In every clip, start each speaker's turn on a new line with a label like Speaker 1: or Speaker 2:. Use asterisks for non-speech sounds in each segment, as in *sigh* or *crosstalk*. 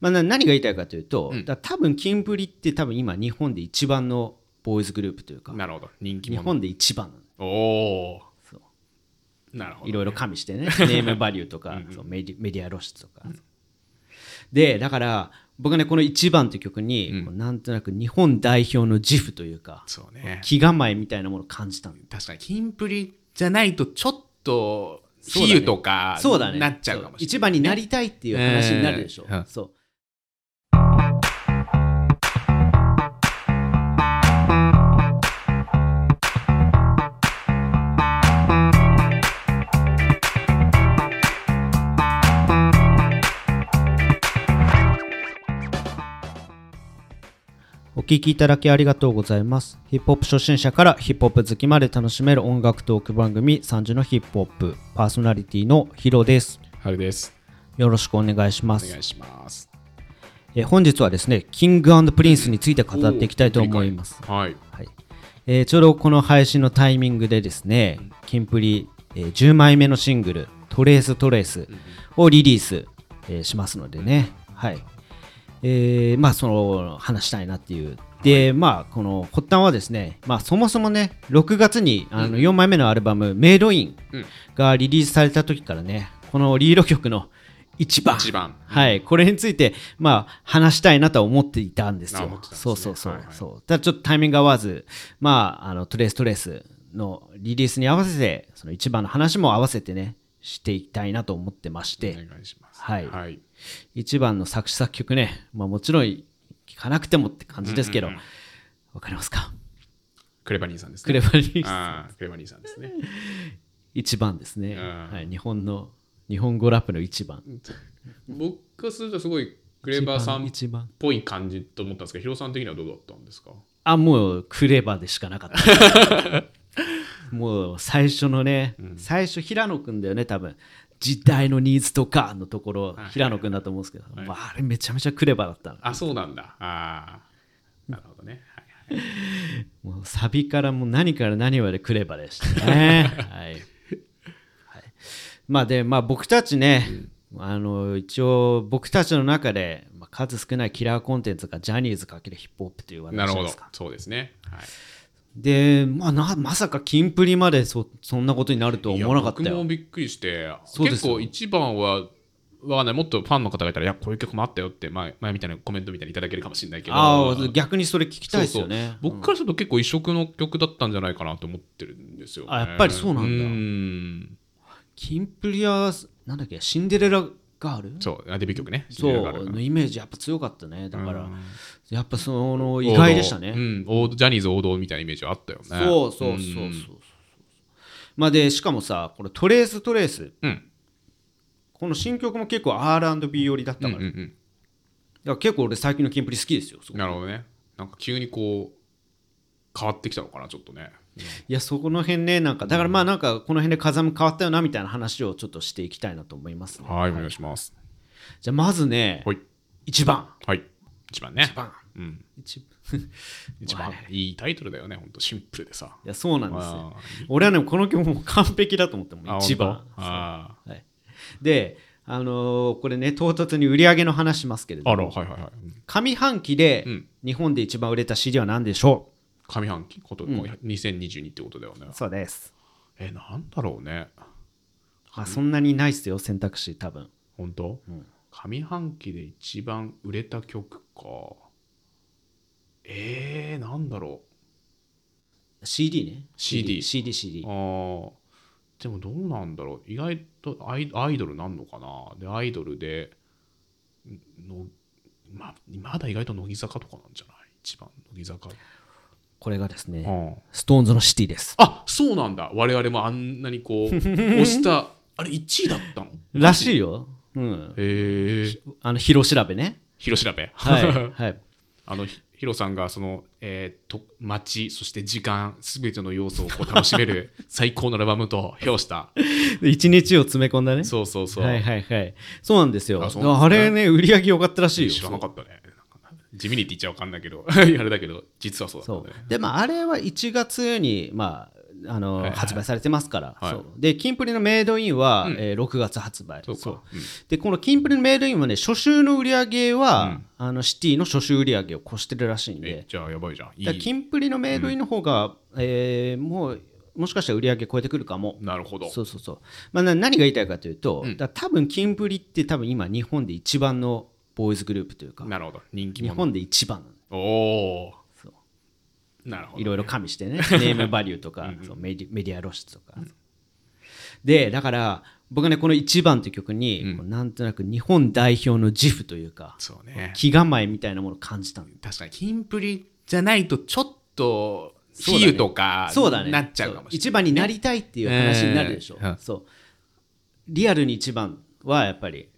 Speaker 1: まあ、な何が言いたいかというと、
Speaker 2: うん
Speaker 1: だから多分キンプリって多分今日本で一番のボーイズグループというか
Speaker 2: なるほど。人気
Speaker 1: 日
Speaker 2: 者。
Speaker 1: 本で一番なの
Speaker 2: おお。
Speaker 1: そう
Speaker 2: なるほ
Speaker 1: い
Speaker 2: ど。
Speaker 1: ろいろ加味してねネームバリューと
Speaker 2: *laughs*
Speaker 1: かそうメディメディア露出とか、でだから僕はねこの「一番」という曲に、こうなんとなく日本代表の自負というか
Speaker 2: そうね。
Speaker 1: 気構えみたいなものを感じたの
Speaker 2: 確かに、キンプリじゃないと、ちょっと、
Speaker 1: そう
Speaker 2: 比
Speaker 1: だね
Speaker 2: 喩とか、
Speaker 1: そうだね
Speaker 2: なっちゃうかもしれない。
Speaker 1: 一番になりたいっていう話になるでしょ、
Speaker 2: えーうん
Speaker 1: そうお聞きいただきありがとうございます。ヒップホップ初心者からヒップホップ好きまで楽しめる音楽トーク番組3時のヒップホップパーソナリティのヒロです。
Speaker 2: はるです。
Speaker 1: よろしくお願いしま
Speaker 2: お願
Speaker 1: す。
Speaker 2: いします。
Speaker 1: えー本日はですね、キングプリンスについて語っていきたいと思います。
Speaker 2: はい。
Speaker 1: はいえーちょうどこの配信のタイミングでですね、キンプリ、えー10枚目のシングル、トレーストレースをリリース、えーしますのでね、はい。えーまあ、その話したいなっていう。で、まあ、この発端はですね、まあ、そもそもね、6月にあの4枚目のアルバム、メイドイン
Speaker 2: うん
Speaker 1: がリリースされた時からね、このリード曲の一番。
Speaker 2: 一番。
Speaker 1: はい、これについて、まあ、話したいなとは思っていたんです
Speaker 2: あ
Speaker 1: よ。
Speaker 2: 思ってたんですね
Speaker 1: そうそうそう,、
Speaker 2: はいはい
Speaker 1: そう。ただちょっとタイミング合わず、まあ、あのトレーストレースのリリースに合わせて、その一番の話も合わせてね、していきたいなと思ってまし
Speaker 2: お
Speaker 1: て、
Speaker 2: 願いします。
Speaker 1: はい
Speaker 2: はい。
Speaker 1: 一番の作詞作曲ね、まあ、もちろん聞かなくてもって感じですけど、わ、かりますか
Speaker 2: クレバ兄さんです
Speaker 1: ク
Speaker 2: ね。
Speaker 1: レバリー
Speaker 2: ああ、クレバ兄さんですね。
Speaker 1: 一番ですね、
Speaker 2: うん
Speaker 1: はい。日本の、日本語ラップの一番。
Speaker 2: 僕からすると、すごい、クレバさんっ
Speaker 1: 一番。
Speaker 2: ぽい感じと思ったんですけど、ヒロさん的にはどうだったんですか
Speaker 1: あもうクレバでしかなかった
Speaker 2: *laughs*
Speaker 1: もう最初のね、最初平野くんだよね多分時代のニーズとかのところ
Speaker 2: はい
Speaker 1: 平野くんだと思うんですけど、まあ、あれめちゃめちゃクレバだったの
Speaker 2: あ、そうなんだ。ああ。なるほどね。はいはい
Speaker 1: もうサビからもう何から何までクレバでした
Speaker 2: *laughs*
Speaker 1: ねはい、はい、まあでまあ僕たちね、あの一応僕たちの中で、まあ、数少ないキラーコンテンツがジャニーズ×ヒップホップという話じ
Speaker 2: な
Speaker 1: ゃ
Speaker 2: る
Speaker 1: ないで
Speaker 2: ほど
Speaker 1: すか。
Speaker 2: そうですね。はい
Speaker 1: で、まあ、なまさかキンプリまでそそんなことになるとは思わなかった
Speaker 2: いや僕
Speaker 1: よ
Speaker 2: も。びっくりして、
Speaker 1: そうです
Speaker 2: 結
Speaker 1: よ
Speaker 2: 構一番は、わかんない、もっとファンの方がいたら、いや、こういう曲もあったよって、前前みたいなコメントみたいにいただけるかもしれないけど、
Speaker 1: ああ、逆にそれ聞きたいですよ
Speaker 2: そう
Speaker 1: ね
Speaker 2: そう。僕からすると結構異色の曲だったんじゃないかなと思ってるんですよ、ね。
Speaker 1: あやっぱりそうなんだ
Speaker 2: ん
Speaker 1: キンプリは、なんだっけ、シンデレラガール
Speaker 2: そう、あデビュー曲ね。シン
Speaker 1: そ
Speaker 2: デレラガール
Speaker 1: う、
Speaker 2: が
Speaker 1: のイメージやっぱ強かったね。だから
Speaker 2: うん、
Speaker 1: やっぱその意外でした
Speaker 2: 王道う
Speaker 1: ね。
Speaker 2: ん王道ジャニーズ王道みたいなイメージはあったよね。
Speaker 1: そうそうそうそうそう。まあで、しかもさ、これトレーストレース、
Speaker 2: うん。
Speaker 1: この新曲も結構 R&B 寄りだった
Speaker 2: うん
Speaker 1: か
Speaker 2: う
Speaker 1: ら、
Speaker 2: んう
Speaker 1: だ
Speaker 2: ん
Speaker 1: から結構俺最近のキンプリ好きですよ。すごい
Speaker 2: なるほどね。なんか急にこう、変わってきたのかな、ちょっとね。
Speaker 1: いやそこの辺ねなんかだからまあなんかこの辺で風も変わったよなみたいな話をちょっとしていきたいなと思いますね、
Speaker 2: はい、お願いします。
Speaker 1: じゃあまずね
Speaker 2: はい。
Speaker 1: 一番
Speaker 2: はい。一番ね。
Speaker 1: 一番
Speaker 2: うん。
Speaker 1: 一番 *laughs*
Speaker 2: 一番いいタイトルだよね、ほんとシンプルでさ。
Speaker 1: いやそうなんですよ
Speaker 2: あ
Speaker 1: 俺はねこの曲もう完璧だと思っても
Speaker 2: あ
Speaker 1: 一。
Speaker 2: ほん
Speaker 1: 番
Speaker 2: とあ
Speaker 1: はい、であのーこれね唐突に売り上げの話しますけれ
Speaker 2: あ。
Speaker 1: ど
Speaker 2: あら、
Speaker 1: も
Speaker 2: はいはいはい。うん
Speaker 1: 上半期で
Speaker 2: うん
Speaker 1: 日本で一番売れた CD は何でしょ
Speaker 2: 上半期こと、もう2022ってことだよね
Speaker 1: う、。そうです、
Speaker 2: え、なんだろうね。
Speaker 1: まあ、そんなにないっすよ選択肢多分
Speaker 2: 本当、上半期で一番売れた曲か。えー、なんだろ
Speaker 1: CD ね
Speaker 2: CD
Speaker 1: CD, CD
Speaker 2: う。あーでもどうなんだろう。意外とアイアイドルなんのかな。で、アイドルで、んのままだ意外と乃木坂とかなんじゃない一番乃木坂。
Speaker 1: これがですね
Speaker 2: うん
Speaker 1: SixTONES のシティです
Speaker 2: あそうなんだ我々もあんなにこ
Speaker 1: *laughs*
Speaker 2: う押したあれ1位だったの
Speaker 1: らしいよ。うん。
Speaker 2: へえ
Speaker 1: あの、広調べね。
Speaker 2: 広調べ
Speaker 1: はい。
Speaker 2: い
Speaker 1: *laughs* はい。
Speaker 2: あのひヒロさんがその、えー、と街そして時間すべての要素をこう楽し
Speaker 1: *laughs*
Speaker 2: める最高のアルバムと評した
Speaker 1: 一日を詰め込んだね。
Speaker 2: そうそうそう、
Speaker 1: はいはいはい。そうなんですよ。
Speaker 2: あ
Speaker 1: あ
Speaker 2: そうなんですね
Speaker 1: れね、売り上げ良かったらしいよ。
Speaker 2: 知らなかったねなんか地味 *laughs* にって言っちゃわかんないけどあれだけど実はそうだ
Speaker 1: そ
Speaker 2: ったね
Speaker 1: う。で、まあ、あれは1月に、まあ、あの、
Speaker 2: はいはい
Speaker 1: 発売されてますから、
Speaker 2: はい
Speaker 1: そうでキンプリのメイドインは、
Speaker 2: うん
Speaker 1: えー6月発売
Speaker 2: そうか
Speaker 1: そうでこのキンプリのメイドインはね初週の売り上げは、あのシティの初週売り上げを越してるらしいん
Speaker 2: え
Speaker 1: で
Speaker 2: じゃあやばいじゃんい
Speaker 1: だからキ
Speaker 2: い
Speaker 1: ンプリのメイドインの方が、えーもうもしかしたら売り上げ超えてくるかも
Speaker 2: なるほど
Speaker 1: そうそうそう、まあ、な何が言いたいかというと、
Speaker 2: うん
Speaker 1: だから多分キンプリって多分今日本で一番のボーイズグループというか
Speaker 2: なるほど人気
Speaker 1: 日
Speaker 2: 者
Speaker 1: 本で一番
Speaker 2: おお
Speaker 1: そう
Speaker 2: なるほ
Speaker 1: い
Speaker 2: ど
Speaker 1: ろいろ加味して
Speaker 2: *laughs*
Speaker 1: ねネームバリューとかそうメディメディア露出とか、でだから僕はねこの「一番」という曲に、こうなんとなく日本代表の自負というか
Speaker 2: そうね
Speaker 1: 気構えみたいなものを感じたの
Speaker 2: 確かにキンプリじゃないとちょっと
Speaker 1: そう
Speaker 2: 比
Speaker 1: だね
Speaker 2: 喩とか
Speaker 1: そうだね
Speaker 2: なっちゃうかもし
Speaker 1: そう
Speaker 2: れない
Speaker 1: 一番になりたいっていう話になるでしょ、
Speaker 2: えーうん
Speaker 1: そうリアルに一番はやっぱり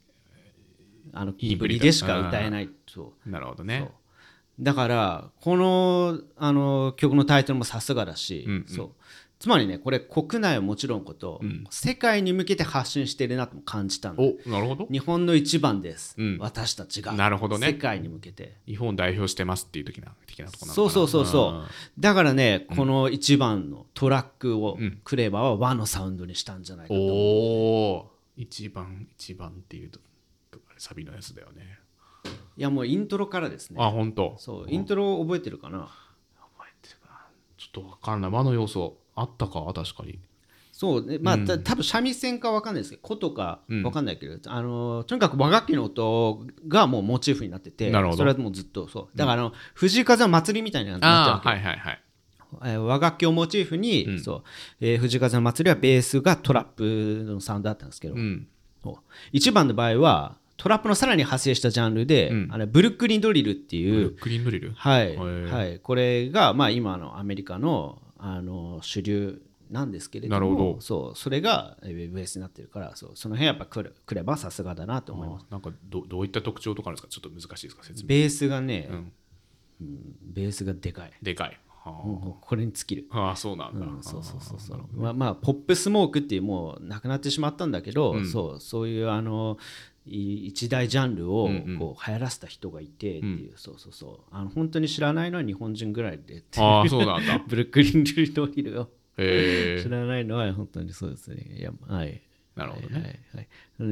Speaker 1: あのキンプリでしか歌えないそう
Speaker 2: なるほどね
Speaker 1: だからこのあの曲のタイトルもさすがだし、
Speaker 2: うんうん
Speaker 1: そうつまりねこれ国内はもちろんこと、世界に向けて発信してるなとも感じたの
Speaker 2: おなるほど
Speaker 1: 日本の一番です、
Speaker 2: うん
Speaker 1: 私たちが
Speaker 2: なるほどね
Speaker 1: 世界に向けて
Speaker 2: 日本代表してますっていう時な的なとこなのか
Speaker 1: そ
Speaker 2: な
Speaker 1: うそうそうそう、だからねこの一番のトラックを
Speaker 2: うん
Speaker 1: クレバーは和のサウンドにしたんじゃないか
Speaker 2: お
Speaker 1: と、
Speaker 2: おー一番一番っていうとあれサビのやつだよね
Speaker 1: いやもうイントロからですね
Speaker 2: あ本当
Speaker 1: そうイントロ覚えてるかな、
Speaker 2: 覚えてるかなちょっとわかんない和の要素あったか確かに
Speaker 1: そうねまあ、た多分三味線かわかんないですけど琴かわかんないけど、あのとにかく和楽器の音がもうモチーフになってて
Speaker 2: なるほど
Speaker 1: それはもうずっとそうだからあの、藤井風は祭りみたいなのになっちゃうわ
Speaker 2: あーはいはいはい
Speaker 1: け、えー和楽器をモチーフに、そうえー藤井風の祭りはベースがトラップのサウンドだったんですけど、
Speaker 2: うん
Speaker 1: そう一番の場合はトラップのさらに派生したジャンルで、あのブルックリンドリルっていう、
Speaker 2: ブルックリンドリル
Speaker 1: はい、
Speaker 2: ー
Speaker 1: はい、これが、まあ、今のアメリカのあの主流なんですけれども
Speaker 2: なるほど
Speaker 1: そうそれがえーベースになってるからそうその辺やっぱくれくればさすがだなと思います
Speaker 2: なんかどどういった特徴とかあるんですかちょっと難しいですか説明
Speaker 1: ベースがね、
Speaker 2: うん
Speaker 1: ベースがでかい
Speaker 2: でかいは
Speaker 1: もうこれに尽きる、
Speaker 2: ああーそうなんだ
Speaker 1: うん、そうそうそうそうまあまあポップスモークっていうもうなくなってしまったんだけど、そうそういうあのい一大ジャンルをこう流行らせた人がいてっていう、そうそうそうあの本当に知らないのは日本人ぐらいでっていう
Speaker 2: ああそうなんだ
Speaker 1: ブルックリン・ *laughs* ルドリルを
Speaker 2: へ
Speaker 1: *laughs*
Speaker 2: え
Speaker 1: 知らないのは本当にそうですね。いやはい、
Speaker 2: なるほど
Speaker 1: は
Speaker 2: ね
Speaker 1: いは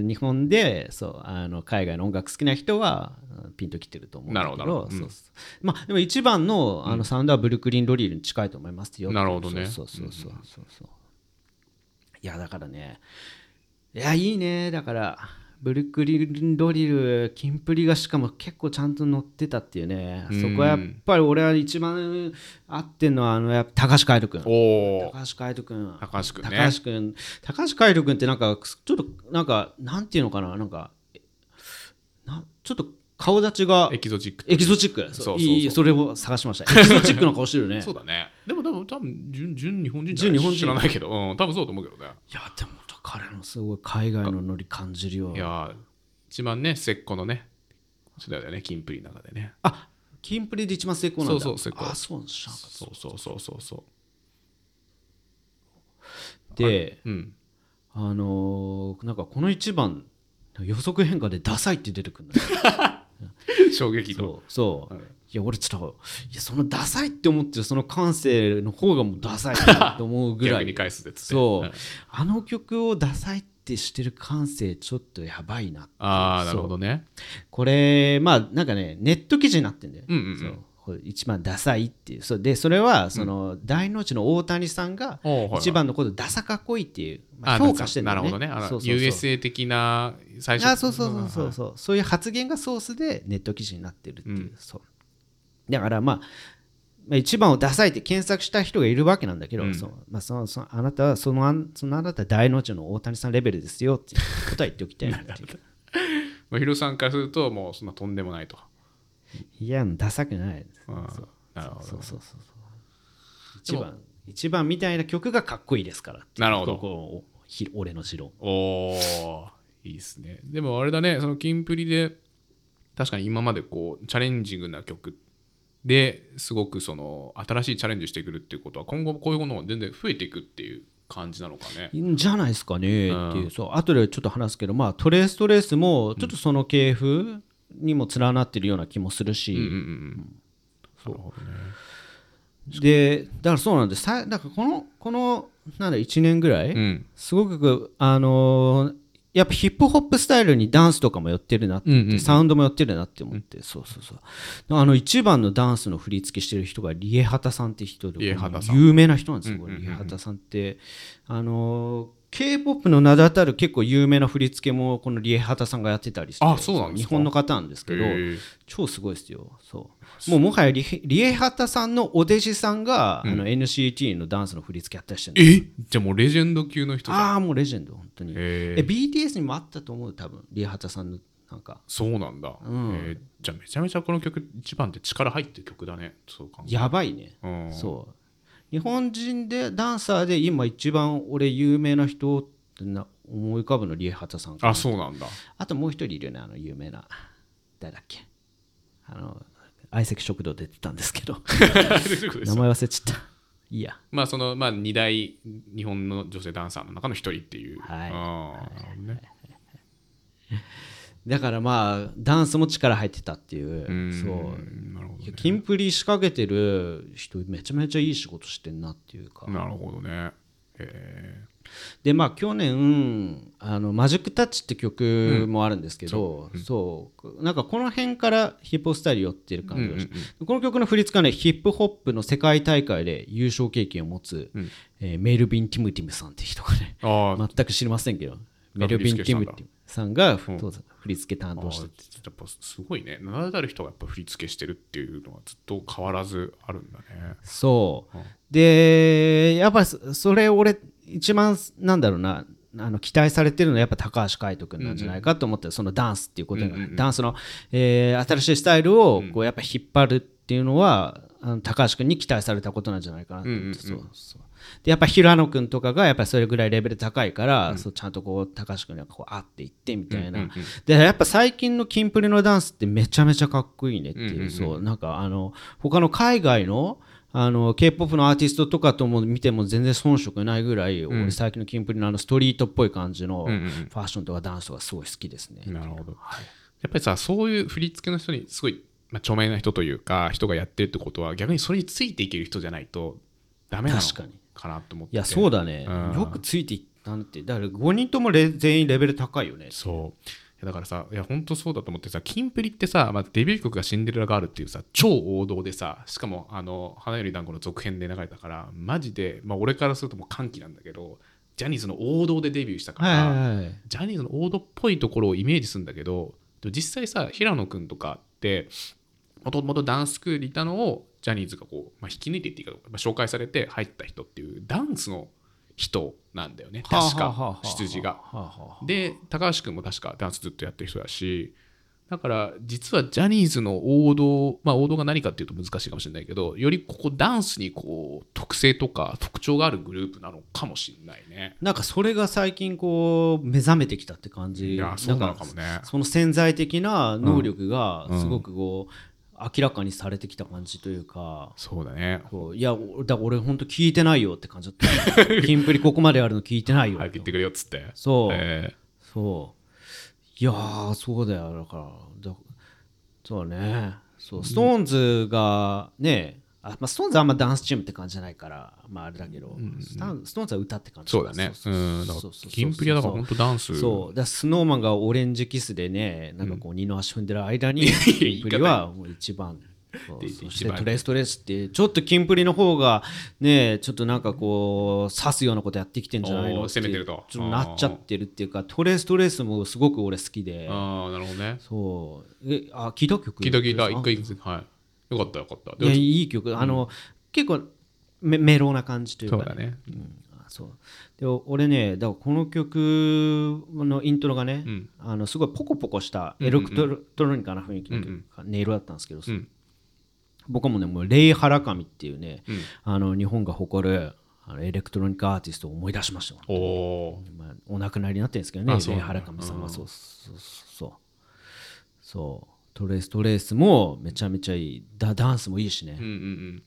Speaker 1: い、日本でそうあの海外の音楽好きな人はうんピンときてると思うんだけど
Speaker 2: なるほどなるほど
Speaker 1: そうそうまあ、でも一番のあのサウンドはブルックリン・ドリルに近いと思いますよ。
Speaker 2: なるほどね
Speaker 1: そうそうそうそうそうそういやだからねいやいいねだからブルックリン・ドリルキンプリがしかも結構ちゃんと乗ってたっていうねそこはやっぱり俺は一番合ってんのはあのやっぱ高橋海人君。
Speaker 2: おお
Speaker 1: 高橋海人君
Speaker 2: 高橋くんね
Speaker 1: 高橋君高橋海人君ってなんかちょっとなんかなんていうのかななんかえなちょっと顔立ちが
Speaker 2: エキゾチック
Speaker 1: エキゾチックそう
Speaker 2: そうそうそう
Speaker 1: いいそれを探しましたエキゾチックな顔してるねい
Speaker 2: *laughs* そうだねでも多分多分純純日本人じゃない
Speaker 1: 純日本人
Speaker 2: 知らないけど、うん、多分そうだと思うけどね
Speaker 1: やでも彼のすごい海外のノリ感じるよ
Speaker 2: いやー一番ね石膏のねそうだよねキンプリの中でね
Speaker 1: あキンプリで一番成功なんだ
Speaker 2: そうそう成功
Speaker 1: あそうなんですなんか
Speaker 2: そうそうそうそうそ
Speaker 1: で *laughs*
Speaker 2: ううん
Speaker 1: あのーなんかこの一番予測変化でダサいって出てくるん
Speaker 2: *laughs*
Speaker 1: だよ
Speaker 2: 衝撃の
Speaker 1: そうそう、いや俺ちょっといやそのダサいって思ってるその感性の方がもうダサいなと思うぐら
Speaker 2: 逆に
Speaker 1: い
Speaker 2: 返すでつって
Speaker 1: そう、
Speaker 2: ん
Speaker 1: あの曲をダサいってしてる感性ちょっとやばいな
Speaker 2: ああなるほどね
Speaker 1: これまあなんかねネット記事になってんだよ、
Speaker 2: うんうんうん
Speaker 1: そうこれ一番ダサいっていうそうでそれはその、大の内の大谷さんが
Speaker 2: おうはいはい
Speaker 1: 一番のことダサかっこいいっていう、ま
Speaker 2: あ
Speaker 1: あ、評価してんだ
Speaker 2: な
Speaker 1: よ
Speaker 2: る
Speaker 1: ね
Speaker 2: ほどねあの
Speaker 1: そうそうそう
Speaker 2: USA 的な最初
Speaker 1: あそうそうそうそうそうそういう発言がソースでネット記事になってるっていう,、そうだからまあまあ一番をダサいって検索した人がいるわけなんだけど、そうまあ、そのそのあなたはそのあんそのあなたは大の内の大谷さんレベルですよっていうことは言っておきたいなっていう
Speaker 2: *laughs* まあヒロさんからするともうそんなとんでもないと、
Speaker 1: いやダサくない
Speaker 2: うん、なるほど
Speaker 1: そうそうそうそう一番一番みたいな曲がかっこいいですからっていう
Speaker 2: なるほど
Speaker 1: ここをひ俺の城
Speaker 2: おーいいですねでもあれだねそのキンプリで確かに今までこうチャレンジングな曲ですごくその新しいチャレンジしてくるっていうことは今後こういうものが全然増えていくっていう感じなのかね
Speaker 1: じゃないですかねっていう、そう後でちょっと話すけど、まあ、トレーストレースもちょっとその系譜にも連なってるような気もするし、
Speaker 2: うんうんうんなるほどね
Speaker 1: でだからそうなんですさだからこのこのなんだ1年ぐらい、
Speaker 2: うん
Speaker 1: すごくあのーやっぱヒップホップスタイルにダンスとかも寄ってるなって、
Speaker 2: うんうんうん
Speaker 1: サウンドも寄ってるなって思って、そうそうそうあの一番のダンスの振り付けしてる人がリエハタさんって人
Speaker 2: リエ
Speaker 1: で
Speaker 2: ハタさん
Speaker 1: 有名な人なんですよ、これ
Speaker 2: うんうんうん
Speaker 1: リエハタさんってあのー K-POP の名だたる結構有名な振り付けもこのリエハタさんがやってたりして
Speaker 2: あそうなんですか
Speaker 1: 日本の方なんですけど、
Speaker 2: へえ
Speaker 1: 超すごいですよそうもうもはやリヘリエハタさんのお弟子さんが、あの NCT のダンスの振り付けやったりしてるんです
Speaker 2: えじゃあもうレジェンド級の人だ
Speaker 1: ああもうレジェンド本当に
Speaker 2: へ
Speaker 1: え
Speaker 2: え
Speaker 1: BTS にもあったと思う多分リエハタさんのなんか
Speaker 2: そうなんだ、
Speaker 1: ん
Speaker 2: えーじゃあめちゃめちゃこの曲一番って力入ってる曲だねそう考え
Speaker 1: やばいね、
Speaker 2: うん
Speaker 1: そう日本人でダンサーで今一番俺有名な人ってな思い浮かぶのリエハタさんかな
Speaker 2: あそうな
Speaker 1: *laughs*
Speaker 2: んだ
Speaker 1: あともう一人いるよねあの有名な誰だっけあの相席食堂出てたんですけど名前忘れちゃったいいや
Speaker 2: まあそのまあ二大日本の女性ダンサーの中の一人っていう
Speaker 1: はい
Speaker 2: あーなるほどね
Speaker 1: だからまあダンスも力入ってたっていううんそう
Speaker 2: なるほ
Speaker 1: い
Speaker 2: どね
Speaker 1: やキンプリ仕掛けてる人めちゃめちゃいい仕事してんなっていうか
Speaker 2: なるほどねえ
Speaker 1: でまあ去年あの「マジックタッチ」って曲もあるんですけど、そうなんかこの辺からヒップホップスタイル寄ってる感じがして、この曲の振り付けはねヒップホップの世界大会で優勝経験を持つ、えーメルビン・ティムティムさんって人がね
Speaker 2: ー、あー
Speaker 1: 全く知りませんけどメルビン・ティムティムさんがふそうだ振り付け担
Speaker 2: あ
Speaker 1: 当
Speaker 2: ー
Speaker 1: してて
Speaker 2: やっぱすごいね名だたる人がやっぱ振り付けしてるっていうのはずっと変わらずあるんだね
Speaker 1: そう、でやっぱそそれ俺一番なんだろうなあの期待されてるのはやっぱ高橋海人君なんじゃないかと思って、そのダンスっていうことが、ダンスの、えー新しいスタイルをこうやっぱ引っ張るっていうのは、あの高橋君に期待されたことなんじゃないかなと思って、そうそうでやっぱ平野君とかがやっぱそれぐらいレベル高いから、そうちゃんとこう高橋君にはこう会っていってみたいな、でやっぱ最近のキンプリのダンスってめちゃめちゃかっこいいねっていう,、そうなんかあの他の海外のあの K-POP のアーティストとかとも見ても全然遜色ないぐらい、俺最近のキンプリのあのストリートっぽい感じのファッションとかダンスとかすごい好きですね。
Speaker 2: なるほど、やっぱりさそういう振り付けの人にすごい、まあ、著名な人というか人がやってるってことは逆にそれについていける人じゃないとダメなの
Speaker 1: 確かに
Speaker 2: かなと思って
Speaker 1: いやそうだね、よくついていったんってだから5人ともレ全員レベル高いよね。
Speaker 2: そういやだからさいや本当そうだと思ってさキンプリってさ、まあ、デビュー曲が「シンデレラガール」っていうさ超王道でさしかもあの「花より団子」の続編で流れたからマジで、まあ、俺からするともう歓喜なんだけどジャニーズの王道でデビューしたから、
Speaker 1: はいはいはい
Speaker 2: ジャニーズの王道っぽいところをイメージするんだけどでも実際さ平野君とかってもともとダンススクールにいたのをジャニーズがこう、まあ、引き抜いていっていいかどうか、まあ、紹介されて入った人っていうダンスの人なんだよね確
Speaker 1: はあはあはあ
Speaker 2: か
Speaker 1: はあ
Speaker 2: 出自が。
Speaker 1: はあはあはあ
Speaker 2: で高橋君も確かダンスずっとやってる人だしだから実はジャニーズの王道まあ王道が何かっていうと難しいかもしれないけどよりここダンスにこう特性とか特徴があるグループなのかもしれないね。
Speaker 1: なんかそれが最近こう目覚めてきたって感じ
Speaker 2: いやそうなのかもね
Speaker 1: んその潜在的な能力がすごくこう、明らかにされてきた感じというか
Speaker 2: そうだね
Speaker 1: こういやおだから俺本当聞いてないよって感じだった
Speaker 2: *laughs*
Speaker 1: キンプリここまであるの聞いてないよ、
Speaker 2: 早く言ってくれよっつって。
Speaker 1: そう、
Speaker 2: え
Speaker 1: そういやーそうだよだからだそうねそうストーンズがねあまあ、ストーンズはあんまダンスチームって感じじゃないから、まあ、あれだけど、スタンストーンズは歌って感じ
Speaker 2: そうだね。うん。だからキンプリはだから本当ダンス。
Speaker 1: そうだからスノーマンがオレンジキスでねなんかこう二の足踏んでる間にキンプリはもう一番そうそしてトレーストレースってちょっとキンプリの方がねちょっとなんかこう刺すようなことやってきてんじゃないの
Speaker 2: おー
Speaker 1: って
Speaker 2: 攻めてると
Speaker 1: ちょっなっちゃってるっていうかトレーストレースもすごく俺好きで
Speaker 2: ああ、なるほどね。
Speaker 1: そうえあ聞いた曲
Speaker 2: 聞いた聞いた。
Speaker 1: あ
Speaker 2: 一回聞いたはい。よかったよかった。
Speaker 1: いやいい曲あの、結構メメロな感じという
Speaker 2: そ
Speaker 1: か
Speaker 2: うだね。
Speaker 1: あそうでお俺ねだからこの曲のイントロがね、あのすごいポコポコしたエレクトロ,、ニカな雰囲気の曲が音色だったんですけど、
Speaker 2: ん
Speaker 1: 僕はもうねもうレイ・ハラカミっていうね、あの日本が誇るあのエレクトロニカアーティストを思い出しましたよ
Speaker 2: おお
Speaker 1: まあ、お亡くなりになってるんですけどね
Speaker 2: あそう
Speaker 1: レイ・ハラカミさんはそうそうそうそうトレーストレースもめちゃめちゃいいダダンスもいいしね、
Speaker 2: ー。うんうんうん。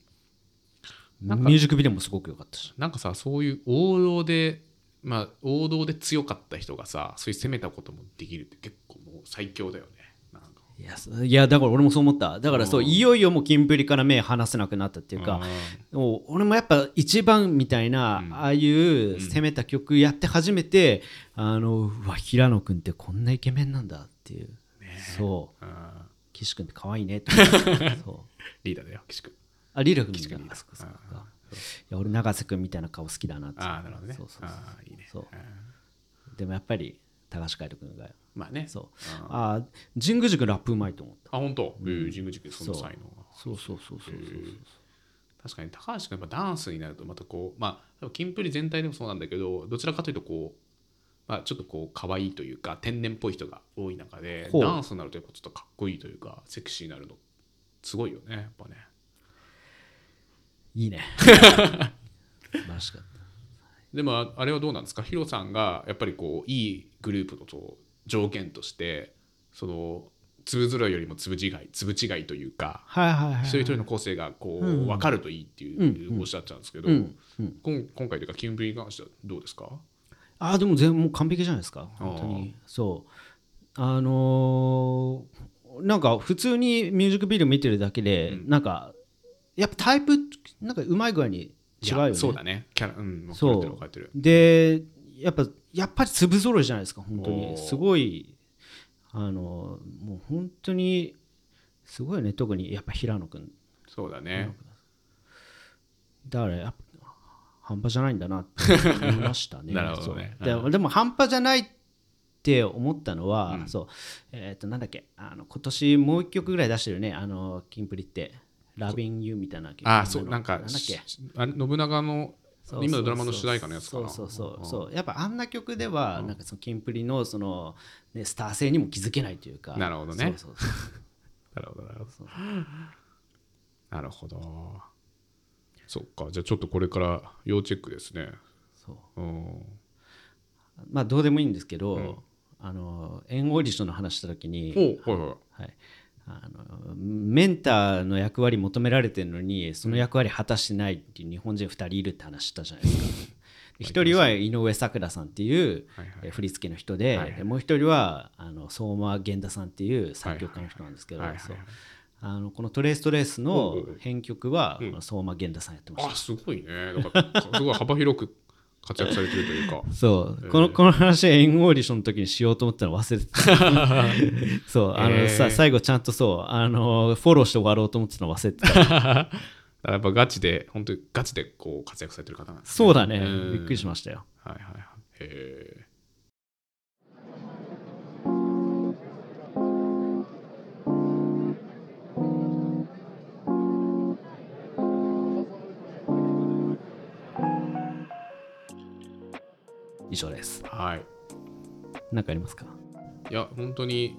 Speaker 1: ミュージックビデオもすごく良かったし
Speaker 2: なんかさ、そういう王道で、まあ王道で強かった人がさ、そういう攻めたこともできるって結構もう最強だよね。なんか
Speaker 1: いやそいやだから俺もそう思っただからそう、
Speaker 2: うん
Speaker 1: いよいよもうキンプリから目離せなくなったっていうか、もう俺もやっぱ一番みたいな、
Speaker 2: うん
Speaker 1: ああいう攻めた曲やって初めて、あのうわ平野君ってこんなイケメンなんだっていう、そう
Speaker 2: うんうん
Speaker 1: 岸君って可愛いね
Speaker 2: *laughs*
Speaker 1: って思ったそう
Speaker 2: リーダーだよ岸君
Speaker 1: あリル君
Speaker 2: 岸君リ
Speaker 1: み
Speaker 2: ー
Speaker 1: た
Speaker 2: ダ
Speaker 1: い
Speaker 2: ー
Speaker 1: そっかそっかいや俺永瀬君みたいな顔好きだなって
Speaker 2: ああなるほどね
Speaker 1: そうそうそう
Speaker 2: ああいいね
Speaker 1: そう
Speaker 2: うん
Speaker 1: でもやっぱり高橋海人君が
Speaker 2: まあね
Speaker 1: そう
Speaker 2: うんあ
Speaker 1: ああ神宮塾ラップうまいと思った
Speaker 2: 本当えー神宮塾その才能が
Speaker 1: そうそうそうそうそうそう
Speaker 2: 確かに高橋君やっぱダンスになるとまたこうまあキンプリ全体でもそうなんだけどどちらかというとこうまあちょっとこう可愛いというか天然っぽい人が多い中で
Speaker 1: ほう
Speaker 2: ダンスになるとやっぱちょっとかっこいいというかセクシーになるのすごいよねやっぱね
Speaker 1: いいね素晴らしかった
Speaker 2: でもああれはどうなんですかヒロさんがやっぱりこういいグループのと条件としてその粒ぞろいよりも粒違い粒違いというか
Speaker 1: はいはいはい、はい、
Speaker 2: 一人一人の個性がこう、分かるといいっていうおっしゃってたんですけど、こん今回というかキンプリに関してはどうですか
Speaker 1: ああでも全もう完璧じゃないですか本当にそうあのーなんか普通にミュージックビデオ見てるだけで、なんかやっぱタイプなんかうまい具合に違うよ
Speaker 2: い
Speaker 1: ね
Speaker 2: やそうだねキャラうん分か
Speaker 1: そ
Speaker 2: れてる
Speaker 1: う
Speaker 2: 分かれてる
Speaker 1: でやっぱやっぱり粒揃いじゃないですか本当
Speaker 2: おー
Speaker 1: にすごいあのもう本当にすごいよね特にやっぱ平野君
Speaker 2: そうだね、
Speaker 1: だからやっぱ半端じゃないんだなって思いましたね。
Speaker 2: *laughs* なるほどね
Speaker 1: そうでもでも半端じゃないって思ったのは、そうえっ、となんだっけあの今年もう一曲ぐらい出してるねあのキンプリって「ラビンユーみたいな曲
Speaker 2: ああそうなん
Speaker 1: な
Speaker 2: か
Speaker 1: んだっけ
Speaker 2: しあれ信長の
Speaker 1: そうそうそう
Speaker 2: 今のドラマの主題歌のやつかな
Speaker 1: そうそうそうそうやっぱあんな曲ではなんかそのキンプリのその、ね、スター性にも気づけないというか
Speaker 2: なるほどね
Speaker 1: そうそうそう
Speaker 2: なるほどなるほどなるほどそっかじゃあちょっとこれから要チェックですね
Speaker 1: そう
Speaker 2: うん
Speaker 1: まあどうでもいいんですけど、あの演オーディションの話した時に、
Speaker 2: おはいはい
Speaker 1: はい、あのメンターの役割求められてるのにその役割果たしてないっていう日本人2人いるって話したじゃないですか。で一人は井上咲楽さんっていう
Speaker 2: はいはい
Speaker 1: えー振り付けの人で,、
Speaker 2: はいはい
Speaker 1: でもう一人はあの相馬源太さんっていう作曲家の人なんですけど、
Speaker 2: はいはいはい
Speaker 1: そうあのこの「トレーストレース」の編曲は
Speaker 2: うん
Speaker 1: この相馬源太さんやってました。
Speaker 2: あすごいねだからすごい幅広く活躍されてるというか
Speaker 1: そう、このこの話演オーディションの時にしようと思ったの忘れてた
Speaker 2: *laughs*
Speaker 1: そうあの、
Speaker 2: えー
Speaker 1: さ最後ちゃんとそうあのフォローして終わろうと思ってたの忘れてた
Speaker 2: だからやっぱガチで本当にガチでこう活躍されてる方なんです
Speaker 1: そうだね、
Speaker 2: うん
Speaker 1: びっくりしましたよ。
Speaker 2: はいはいはいへえ
Speaker 1: 以上です。
Speaker 2: はい
Speaker 1: 何かありますか
Speaker 2: いや本当に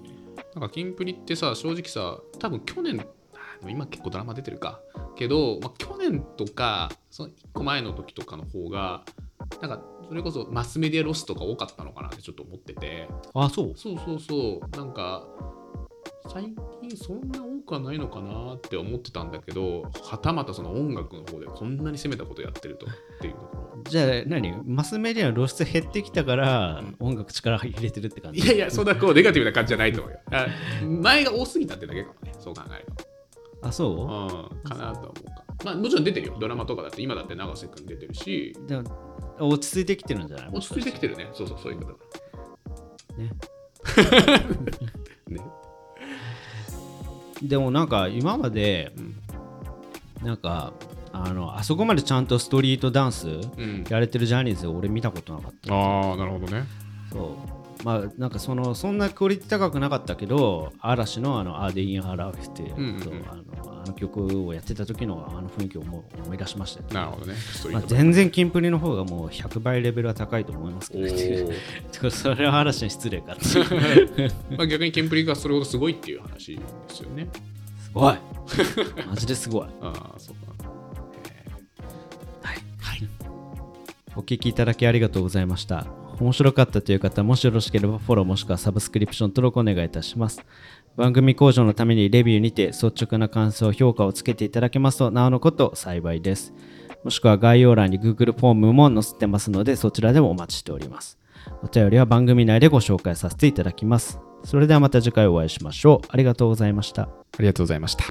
Speaker 2: なんかキンプリってさ正直さ多分去年あでも今結構ドラマ出てるかけど、まあ、去年とかその1個前の時とかの方がなんかそれこそマスメディアロスとか多かったのかなってちょっと思ってて
Speaker 1: あ、そう。
Speaker 2: そうそうそうなんか最近そんな多くはないのかなって思ってたんだけどはたまたその音楽の方でこんなに攻めたことやってるとっていうところ
Speaker 1: じゃあ何マスメディアの露出減ってきたから、音楽力入れてるって感じ
Speaker 2: いやいやそんなこうネガティブな感じじゃないと思うよあ前が多すぎたってだけかもねそう考えると。
Speaker 1: *laughs* あ、そ
Speaker 2: うんかなとは思うか。まあもちろん出てるよ、ドラマとかだって、今だって永瀬君出てるし、
Speaker 1: うでも落ち着いてきてるんじゃない
Speaker 2: 落ち着いてきてるね、そうそう、そういうこと
Speaker 1: ね。
Speaker 2: ね。
Speaker 1: でもなんか今まで、
Speaker 2: ん
Speaker 1: なんかあのあそこまでちゃんとストリートダンス
Speaker 2: うん、
Speaker 1: やれてるジャニーズ俺見たことなかった。
Speaker 2: ああ、なるほどね。
Speaker 1: そうまあなんかそのそんなクオリティ高くなかったけど嵐のあの「アーデイン・アラウフ」っていう、
Speaker 2: んうんうん
Speaker 1: そうあのあの曲をやってた時のあの雰囲気を思い思い出しましたよ、
Speaker 2: なるほどね。ストリ
Speaker 1: ま
Speaker 2: ー
Speaker 1: あ、
Speaker 2: ト
Speaker 1: 全然キンプリの方がもう100倍レベルは高いと思いますけ
Speaker 2: お
Speaker 1: どっていう
Speaker 2: ー
Speaker 1: *laughs* ちょっとそれは嵐に失礼かっていう
Speaker 2: *laughs* まあ逆にケンプリがそれほどすごいっていう話ですよね。
Speaker 1: すごいマジですごい
Speaker 2: ああ、そうか。
Speaker 1: はい、はい、お聞きいただきありがとうございました面白かったという方もしよろしければフォローもしくはサブスクリプション登録お願いいたします番組向上のためにレビューにて率直な感想評価をつけていただけますとなおのこと幸いですもしくは概要欄に Google フォームも載せてますのでそちらでもお待ちしておりますお便りは番組内でご紹介させていただきますそれではまた次回お会いしましょうありがとうございました
Speaker 2: りがとうございました。